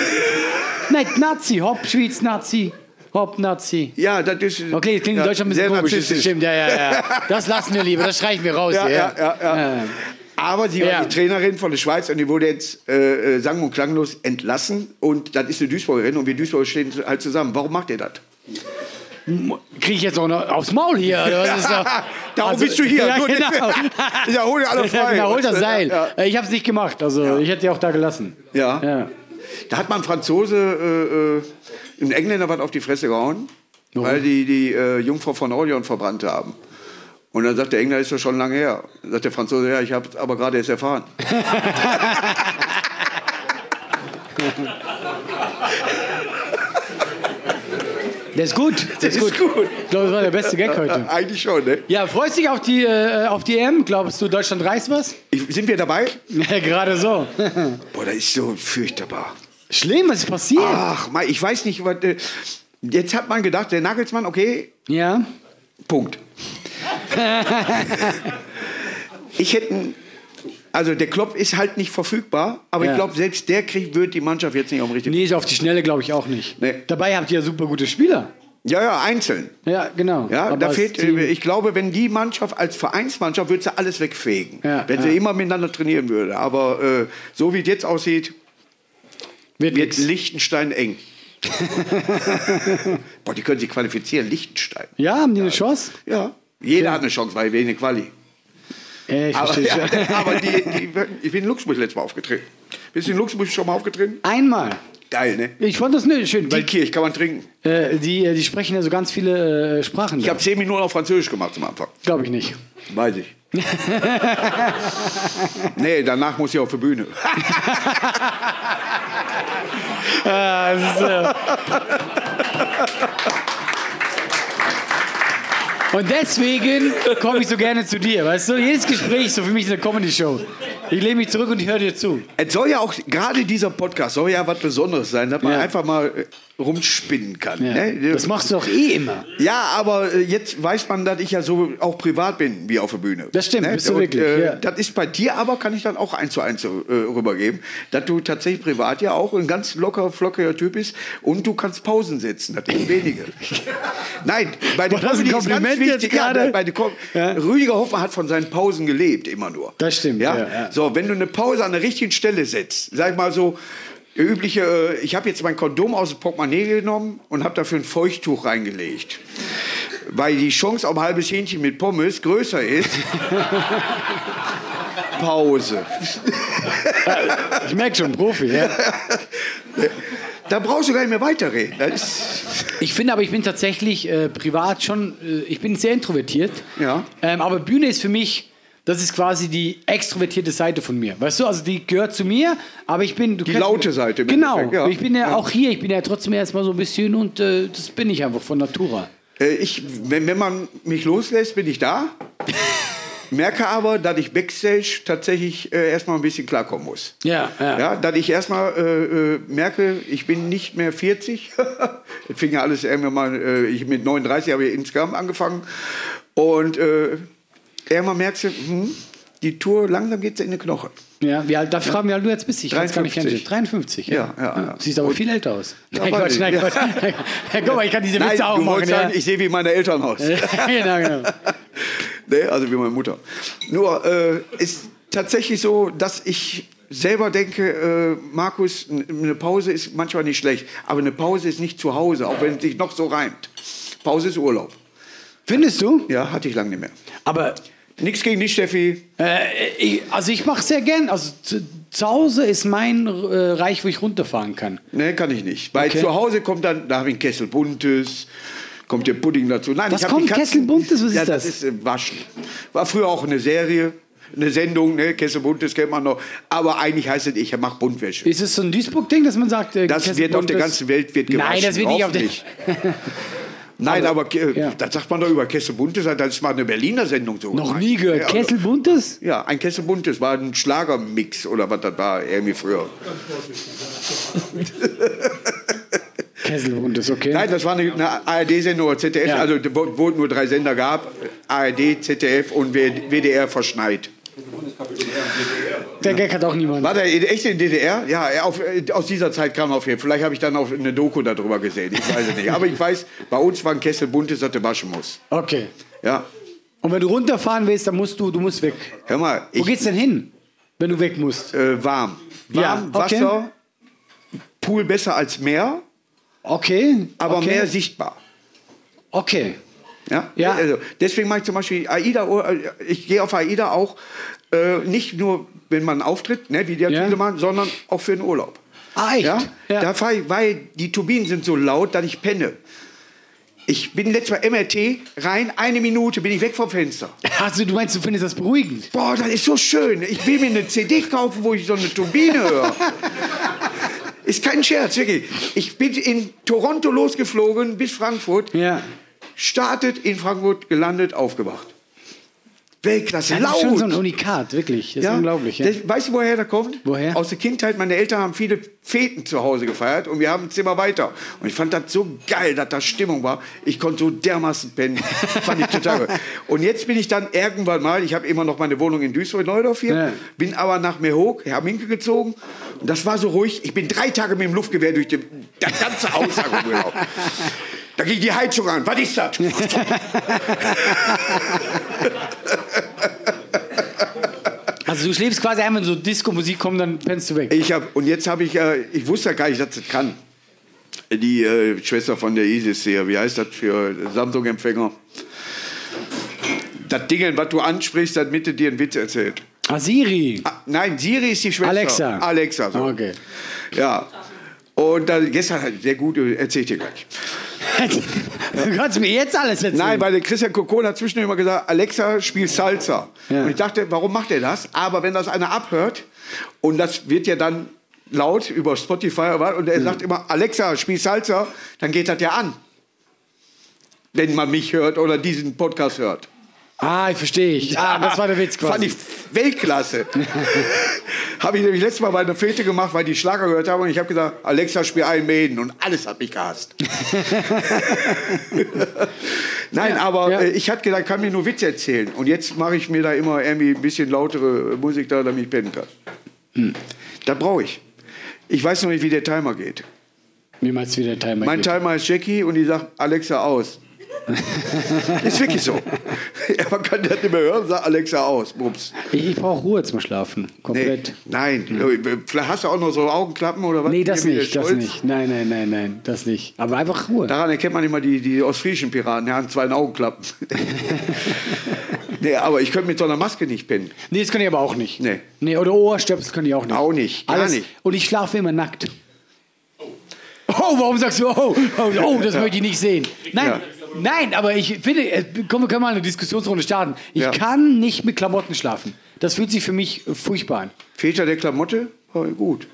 S2: Nein, Nazi, hopp, Schweiz, Nazi. Hopp, Nazi.
S1: Ja, das ist...
S2: Okay, das klingt
S1: ja,
S2: in Deutschland ein bisschen
S1: sehr
S2: komisch. Das
S1: narzisstisch.
S2: stimmt, ja, ja, ja. Das lassen wir lieber, das streichen wir raus.
S1: Ja,
S2: hier,
S1: ja, ja, ja. Aber sie war
S2: Ja.
S1: die Trainerin von der Schweiz und die wurde jetzt äh, äh, sang- und klanglos entlassen. Und das ist eine Duisburgerin und wir Duisburger stehen halt zusammen. Warum macht ihr das?
S2: Kriege ich jetzt auch noch aufs Maul hier? Oder was ist da?
S1: Darum bist du hier.
S2: Ja,
S1: Nur-
S2: genau.
S1: Ja, hol dir alle frei.
S2: Ja, genau, hol das
S1: Ja,
S2: Seil.
S1: ja.
S2: Äh, Ich habe es nicht gemacht, also ich hätte die auch da gelassen.
S1: Ja.
S2: Ja.
S1: Da hat man Franzose, äh, äh, einen Engländer was auf die Fresse gehauen, weil die die äh, Jungfrau von Orion verbrannt haben. Und dann sagt der Engländer, ist doch schon lange her. Dann sagt der Franzose, ja, ich habe es aber gerade erst erfahren.
S2: Der ist gut. Der ist gut.
S1: gut.
S2: Ich glaube, das war der beste Gag heute.
S1: Eigentlich schon, ne?
S2: Ja, freust dich auf die, äh, auf die EM? Glaubst du, Deutschland reißt was?
S1: Ich, sind wir dabei?
S2: Ja, Gerade so.
S1: Boah, das ist so fürchterbar.
S2: Schlimm, was ist passiert?
S1: Ach, Mann, ich weiß nicht, was. äh, Jetzt hat man gedacht, der Nagelsmann, okay,
S2: Ja.
S1: Punkt. ich hätte. Also der Klopp ist halt nicht verfügbar, aber
S2: Ja.
S1: ich glaube, selbst der kriegt, wird die Mannschaft jetzt nicht auf den richtigen.
S2: Nee, ist auf die Schnelle glaube ich auch nicht.
S1: Nee.
S2: Dabei habt ihr ja super gute Spieler.
S1: Ja, ja, einzeln.
S2: Ja, genau.
S1: Ja,
S2: Aber
S1: da
S2: als
S1: fehlt,
S2: Team-
S1: äh, ich glaube, wenn die Mannschaft als Vereinsmannschaft, würde sie alles wegfegen.
S2: Ja,
S1: wenn
S2: ja.
S1: sie immer miteinander trainieren würde. Aber äh, so wie es jetzt aussieht,
S2: wird
S1: wird
S2: nix.
S1: Liechtenstein eng. Boah, die können sich qualifizieren, Liechtenstein.
S2: Ja, haben die eine Chance?
S1: Ja. Jeder hat eine Chance, weil wir eine Quali.
S2: Äh, ich
S1: Aber,
S2: verstehe
S1: ja,
S2: schon.
S1: aber die, die, ich bin in Luxemburg letztes Mal aufgetreten. Bist du in Luxemburg schon mal aufgetreten?
S2: Einmal.
S1: Geil, ne?
S2: Ich fand das ne, schön,
S1: Die
S2: weil
S1: Kirche kann man trinken.
S2: äh, die, äh, die sprechen ja so ganz viele äh, Sprachen.
S1: Ich habe zehn Minuten auf Französisch gemacht zum Anfang.
S2: Glaube ich nicht.
S1: Weiß ich. nee, danach muss ich auf die Bühne.
S2: Ah, es ist, äh Und deswegen komme ich so gerne zu dir, weißt du? Jedes Gespräch ist so für mich eine Comedy-Show. Ich lehne mich zurück und ich höre dir zu.
S1: Es soll ja auch, gerade dieser Podcast soll ja was Besonderes sein, dass man
S2: Ja.
S1: einfach mal äh, rumspinnen kann.
S2: Ja.
S1: Ne?
S2: Das machst du auch eh immer.
S1: ja, aber äh, jetzt weiß man, dass ich ja so auch privat bin, wie auf der Bühne.
S2: Das stimmt, bist du wirklich,
S1: Äh,
S2: ja.
S1: Das ist bei dir aber, kann ich dann auch eins zu eins äh, rübergeben, dass du tatsächlich privat ja auch ein ganz locker, flockiger Typ bist und du kannst Pausen setzen, das tun wenige. Nein, bei der
S2: War das ein
S1: Comedy ist
S2: Kompliment
S1: ganz wichtig,
S2: jetzt
S1: ja,
S2: gerade?
S1: bei der Com
S2: Ja.
S1: Rüdiger Hoffmann hat von seinen Pausen gelebt, immer nur.
S2: Das stimmt,
S1: Ja?
S2: ja, ja.
S1: So, wenn du eine Pause an der richtigen Stelle setzt, sag ich mal so, der übliche, äh, ich habe jetzt mein Kondom aus dem Portemonnaie genommen und habe dafür ein Feuchttuch reingelegt. Weil die Chance auf ein halbes Hähnchen mit Pommes größer ist. Pause.
S2: Ich merke schon, Profi. Ja.
S1: Da brauchst du gar nicht mehr weiterreden. Das ist,
S2: Ich finde aber, ich bin tatsächlich äh, privat schon, äh, ich bin sehr introvertiert.
S1: Ja.
S2: Ähm, aber Bühne ist für mich, das ist quasi die extrovertierte Seite von mir. Weißt du, also die gehört zu mir, aber ich bin. Du die
S1: laute Seite im
S2: Genau.
S1: Endeffekt, ja.
S2: Ich bin ja,
S1: Ja.
S2: auch hier, ich bin ja trotzdem erstmal so ein bisschen und äh, das bin ich einfach von Natura.
S1: äh, ich, wenn, wenn man mich loslässt, bin ich da. Merke aber, dass ich backstage tatsächlich äh, erstmal ein bisschen klarkommen muss.
S2: Ja, ja.
S1: Ja, dass ich erstmal äh, äh, merke, ich bin nicht mehr 40. Es fing ja alles irgendwann mal, äh, ich mit 39 habe ich insgesamt angefangen. Und äh, irgendwann merkst du, hm, die Tour, langsam geht es in die Knochen.
S2: ja. Wie alt, darf ich fragen, wie alt du jetzt bist? Ich kann's gar nicht
S1: 53.
S2: kennen. 53.
S1: Ja, ja, ja.
S2: Siehst aber viel älter aus. Nein,
S1: weiß
S2: Quatsch,
S1: ich.
S2: nein,
S1: Ja.
S2: Quatsch. Ja, guck mal, ich kann diese Witze auch
S1: du
S2: machen.
S1: wolltest
S2: Ja.
S1: sagen, ich sehe wie meine Eltern aus.
S2: genau, genau.
S1: Ne, also wie meine Mutter. Nur äh, ist tatsächlich so, dass ich selber denke, äh, Markus, n- eine Pause ist manchmal nicht schlecht, aber eine Pause ist nicht zu Hause, auch wenn es sich noch so reimt. Pause ist Urlaub.
S2: Findest du?
S1: Ja, hatte ich lange nicht mehr.
S2: Aber
S1: Nichts gegen dich, Steffi.
S2: Äh, ich, also ich mache sehr gern. Also zu, zu Hause ist mein äh, Reich, wo ich runterfahren kann.
S1: Nee, kann ich nicht. Weil
S2: Okay.
S1: zu Hause kommt dann, da habe ich einen Kessel Buntes, kommt der Pudding dazu. Nein,
S2: Was
S1: ich hab
S2: kommt
S1: die Katzen-
S2: Kessel Buntes? Was ist
S1: ja,
S2: das?
S1: das? ist äh, Waschen. War früher auch eine Serie, eine Sendung, ne? Kessel Buntes kennt man noch. Aber eigentlich heißt es, ich mache Buntwäsche.
S2: Ist es so ein Duisburg-Ding, dass man sagt, äh,
S1: Das
S2: Kessel
S1: wird auf der
S2: Buntes?
S1: ganzen Welt wird gewaschen.
S2: Nein, das wird nicht auf der.
S1: hoffentlich. Nein, aber, äh,
S2: ja.
S1: das sagt man doch über Kessel Buntes, das ist mal eine Berliner Sendung so.
S2: Noch
S1: gemeint.
S2: nie gehört.
S1: Ja, also-
S2: Kessel Buntes?
S1: Ja, ein Kessel Buntes war ein Schlagermix oder was das war, irgendwie früher.
S2: Kessel Buntes, okay.
S1: Nein, das war eine, eine ARD-Sendung oder ZDF,
S2: Ja.
S1: also wo, wo es nur drei Sender gab, ARD, ZDF und W- WDR verschneit.
S2: der Gag hat auch niemand.
S1: War der in- echt in DDR? Ja, er auf, äh, aus dieser Zeit kam er auf jeden Fall. Vielleicht habe ich dann auch eine Doku darüber gesehen, ich weiß es nicht. Aber ich weiß, bei uns war ein Kessel Buntes, dass du waschen musst.
S2: Okay.
S1: Ja,
S2: Und wenn du runterfahren willst, dann musst du, du musst weg.
S1: hör mal,
S2: Wo
S1: ich,
S2: geht's denn hin, wenn du weg musst?
S1: äh, warm. Warm,
S2: Ja, okay.
S1: Wasser, Pool besser als Meer,
S2: Okay.
S1: aber
S2: okay.
S1: mehr sichtbar.
S2: Okay.
S1: Ja?
S2: Ja.
S1: Also deswegen mache ich zum Beispiel AIDA, äh, ich gehe auf AIDA auch äh, nicht nur, wenn man einen auftritt, ne, wie der
S2: Ja.
S1: viele machen, sondern auch für den Urlaub.
S2: Ah, echt?
S1: Ja?
S2: Ja.
S1: Da fahr ich, weil die Turbinen sind so laut, dass ich penne. Ich bin letztes Mal MRT rein, eine Minute bin ich weg vom Fenster.
S2: Also, du meinst, du findest das beruhigend?
S1: Boah, das ist so schön. Ich will mir eine CD kaufen, wo ich so eine Turbine höre. ist kein Scherz, wirklich. Ich bin in Toronto losgeflogen bis Frankfurt
S2: Ja.
S1: startet in Frankfurt, gelandet, aufgewacht. Weltklasse,
S2: Das
S1: laut.
S2: ist schon so ein Unikat, wirklich. Das ist unglaublich. Ja.
S1: Das, weißt du, woher das kommt?
S2: Woher?
S1: Aus der Kindheit. Meine Eltern haben viele Feten zu Hause gefeiert und wir haben ein Zimmer weiter. Und ich fand das so geil, dass da Stimmung war. Ich konnte so dermaßen pennen. fand ich total geil. Und jetzt bin ich dann irgendwann mal, ich habe immer noch meine Wohnung in Duisburg-Neudorf hier,
S2: Ja.
S1: bin aber nach Meerhoek, Herminke gezogen. Und das war so ruhig. Ich bin drei Tage mit dem Luftgewehr durch die, das ganze Haus herumgelaufen. Da ging die Heizung an. Was ist das?
S2: Also, du schläfst quasi einmal so Disco-Musik kommt, dann pennst du weg.
S1: Ich hab, und jetzt habe ich, äh, ich wusste ja gar nicht, dass das kann. Die äh, Schwester von der Isis hier, wie heißt das für Samsung-Empfänger? Das Ding, was du ansprichst, das Mitte dir einen Witz erzählt.
S2: Asiri.
S1: Ah, nein, Siri ist die Schwester.
S2: Alexa. Ah.
S1: Alexa, so.
S2: Okay.
S1: Ja. Und dann, gestern hat sehr gut, äh, erzähl ich dir gleich.
S2: du kannst mir jetzt alles erzählen.
S1: Nein, weil der Christian Kokon hat zwischendurch immer gesagt, Alexa spielt Salsa.
S2: Ja.
S1: Und ich dachte, warum macht er das? Aber wenn das einer abhört und das wird ja dann laut über Spotify oder was, und er sagt immer, Alexa spielt Salsa, dann geht das ja an. Wenn man mich hört oder diesen Podcast hört.
S2: Ah, ich verstehe ich. Ah, das war der Witz
S1: Fand
S2: quasi.
S1: ich Weltklasse. habe ich nämlich letztes Mal bei einer Fete gemacht, weil die Schlager gehört haben und ich habe gesagt, Alexa, spiel ein Maiden und alles hat mich gehasst. Nein,
S2: Ja,
S1: aber
S2: ja.
S1: Äh, ich hatte gedacht, kann mir nur Witze erzählen und jetzt mache ich mir da immer irgendwie ein bisschen lautere äh, Musik da, damit ich pennen kann.
S2: Hm.
S1: Da brauche ich. Ich weiß noch nicht, wie der Timer geht.
S2: Mir meinst du wieder Timer.
S1: Mein
S2: geht.
S1: Timer ist Jackie und die sagt Alexa aus. ist wirklich so. Man kann das nicht mehr hören, sagt Alexa aus. Ups.
S2: Ich, ich brauche Ruhe zum Schlafen.
S1: Nee,
S2: Komplett.
S1: nein, vielleicht hast du auch noch so Augenklappen oder was?
S2: Hm. Nee, das
S1: Hier wie der
S2: nicht, das
S1: Scholz.
S2: nicht. Nein, nein, nein, nein, das nicht. Aber einfach Ruhe.
S1: Daran erkennt man immer die, die ostfriesischen Piraten, ja, an zwei Augenklappen. nee, aber ich könnte mit so einer Maske nicht pennen.
S2: Nee, das kann ich aber auch nicht.
S1: Nee.
S2: Nee, oder Ohrstöpsel kann ich auch nicht.
S1: Auch nicht, gar
S2: Alles.
S1: nicht.
S2: Und ich schlafe immer nackt. Oh, warum sagst du, oh, oh, oh das möchte ich nicht sehen. Nein,
S1: Ja.
S2: nein, aber ich finde, äh, komm, wir können mal eine Diskussionsrunde starten. Ich
S1: Ja.
S2: kann nicht mit Klamotten schlafen. Das fühlt sich für mich furchtbar an.
S1: Väter der Klamotte? Oh, gut.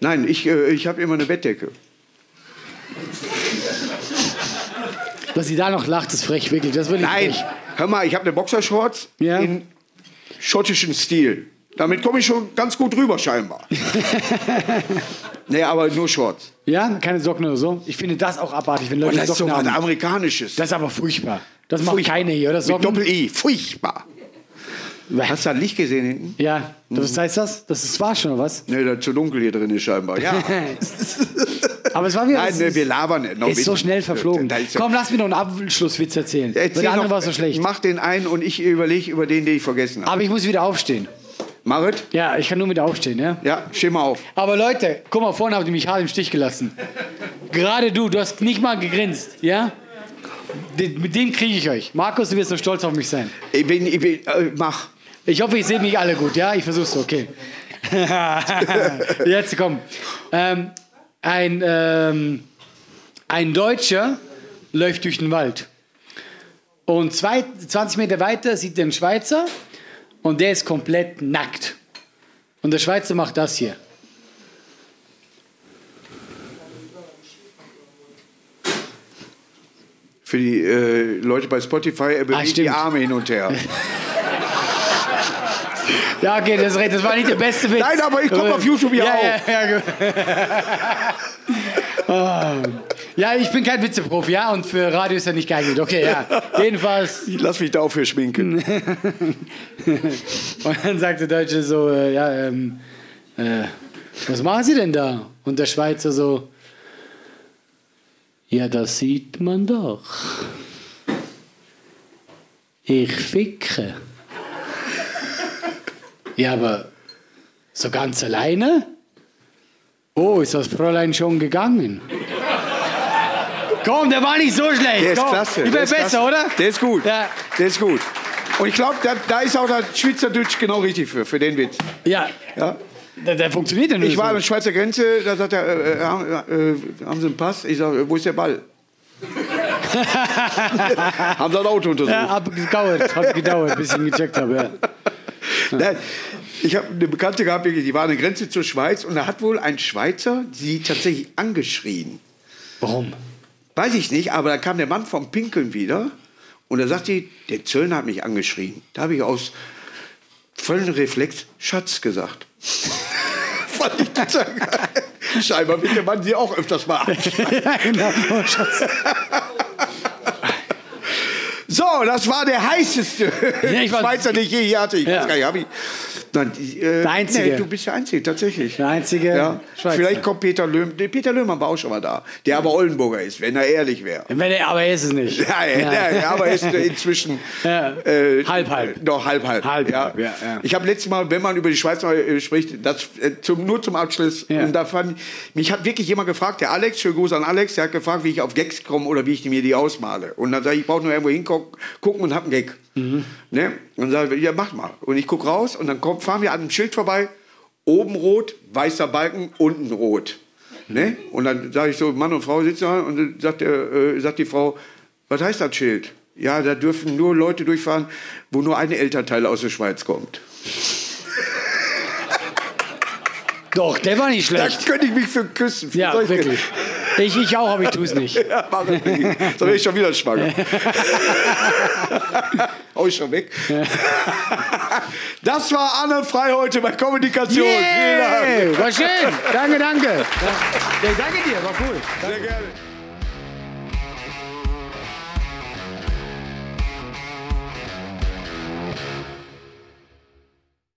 S1: Nein, ich, äh, ich habe immer eine Bettdecke.
S2: Dass sie da noch lacht, ist frech, wirklich. Das will ich
S1: Nein,
S2: nicht.
S1: hör mal, ich habe eine Boxershorts
S2: Ja.
S1: in schottischen Stil. Damit komme ich schon ganz gut rüber, scheinbar. nee, aber nur Shorts.
S2: Ja, keine Socken oder so. Ich finde das auch abartig, wenn
S1: Und
S2: Leute
S1: Oh, das ist so
S2: Socken
S1: was
S2: haben.
S1: Amerikanisches.
S2: Das ist aber furchtbar. Das macht
S1: Furchtbar.
S2: keine hier, oder?
S1: Mit
S2: Socken.
S1: Doppel-I. Furchtbar. Hast du das Licht gesehen hinten?
S2: Ja,
S1: Mhm.
S2: was heißt das? Das ist wahr schon, oder was?
S1: Nee, da ist zu dunkel hier drin ist scheinbar. Ja.
S2: Aber es war wieder.
S1: Nein,
S2: es
S1: nee,
S2: ist-
S1: wir labern nicht. Noch
S2: ist so
S1: mit-
S2: schnell verflogen.
S1: Da ist ja-
S2: Komm, lass mir noch einen Abschlusswitz erzählen. Weil
S1: Erzähl
S2: der andere
S1: noch,
S2: war so schlecht.
S1: Mach den einen und ich überlege über den, den ich vergessen habe.
S2: Aber ich muss wieder aufstehen.
S1: Marit?
S2: Ja, ich kann nur wieder aufstehen, ja?
S1: Ja, steh mal auf.
S2: Aber Leute, guck mal, vorne habt ihr mich hart im Stich gelassen. Gerade du, du hast nicht mal gegrinst, ja? Den, mit dem kriege ich euch. Markus, du wirst noch stolz auf mich sein.
S1: Ich bin, ich bin, äh, mach.
S2: Ich hoffe, ich sehe mich alle gut, ja? Ich versuch's, okay. Jetzt komm. Ähm, ein, ähm, ein Deutscher läuft durch den Wald. Und zwei, 20 Meter weiter sieht er einen Schweizer und der ist komplett nackt. Und der Schweizer macht das hier.
S1: Für die äh, Leute bei Spotify, er bewegt die
S2: Ah, stimmt.
S1: Arme hin und her.
S2: Ja, okay, das, das war nicht der beste Witz.
S1: Nein, aber ich komm auf YouTube ja
S2: ja, Ja, ja, gut. Oh. ja, ich bin kein Witzeprofi, ja, und für Radio ist er nicht geeignet. Okay, ja. Jedenfalls
S1: Lass mich dafür schminken.
S2: Und dann sagt der Deutsche so, äh, ja, ähm, äh, was machen Sie denn da? Und der Schweizer so, ja, das sieht man doch. Ich ficke. Ja, aber so ganz alleine? Oh, ist das Fräulein schon gegangen? Komm, der war nicht so schlecht.
S1: Der ist
S2: Komm,
S1: klasse.
S2: Ich
S1: der
S2: bin
S1: ist
S2: besser,
S1: klasse.
S2: oder?
S1: Der ist gut.
S2: Ja.
S1: Der ist gut. Und ich glaube, da, da ist auch der Schweizerdeutsch genau richtig für, für den Witz.
S2: Ja,
S1: Ja?
S2: der, der funktioniert ja nur
S1: Ich war an
S2: so.
S1: der Schweizer Grenze, da sagt er, äh, äh, haben, äh, haben Sie einen Pass? Ich sage, wo ist der Ball? haben Sie ein Auto untersucht?
S2: Ja, hab gedauert, hab gedauert, bis ich ihn gecheckt habe. Ja.
S1: Nein, ich habe eine Bekannte gehabt, die die war an der Grenze zur Schweiz und da hat wohl ein Schweizer sie tatsächlich angeschrien.
S2: Warum?
S1: Weiß ich nicht, aber da kam der Mann vom Pinkeln wieder und da sagt die, der Zöllner hat mich angeschrien. Da habe ich aus vollem Reflex Schatz gesagt. Fand ich total geil. Scheinbar wird der Mann sie auch öfters mal an.
S2: ja, genau. Oh, Schatz.
S1: So, das war der heißeste
S2: Ja, ich war-
S1: Schweizer, den ich je hier hatte. Ich
S2: Ja.
S1: weiß gar nicht, hab ich. Nein, die, äh,
S2: Der Einzige.
S1: Nee, du bist der Einzige, tatsächlich.
S2: Der einzige
S1: Ja,
S2: Schweizer.
S1: vielleicht kommt Peter Löhm. Nee, Peter Löhmann war auch schon mal da, der aber Oldenburger ist, wenn er ehrlich wäre.
S2: Wenn er, aber er ist es nicht.
S1: Nein, nein, aber er ist äh, inzwischen
S2: Ja.
S1: äh,
S2: Halb, halb.
S1: Doch halb halb.
S2: Halb, halb, ja, ja.
S1: Ich habe letztes Mal, wenn man über die Schweiz mal, äh, spricht, das äh, zum, nur zum Abschluss.
S2: Ja.
S1: Und da fand, mich hat wirklich jemand gefragt, der Alex, schönen Gruß an Alex, der hat gefragt, wie ich auf Gags komme oder wie ich mir die ausmale. Und dann sage ich, ich brauche nur irgendwo hingucken und hab einen Gag.
S2: Mhm.
S1: Ne? Und dann sage ich, ja mach mal. Und ich guck raus und dann kommt, fahren wir an einem Schild vorbei, oben rot, weißer Balken, unten rot. Ne? Und dann sage ich so, Mann und Frau sitzen da und dann sagt, der, äh, sagt die Frau, was heißt das Schild? Ja, da dürfen nur Leute durchfahren, wo nur ein Elternteil aus der Schweiz kommt.
S2: Doch, der war nicht
S1: Da
S2: schlecht.
S1: könnte ich mich für küssen. Für
S2: Ja,
S1: solche-
S2: wirklich. Ich, ich auch, aber ich tue es nicht.
S1: Ja, mach das nicht. So bin ich schon wieder schwanger. Hau ich schon weg. Das war Anne Frei heute bei Kommunikation. Vielen Dank.
S2: War schön. Danke, danke. Ja, danke dir, war cool.
S1: Sehr gerne.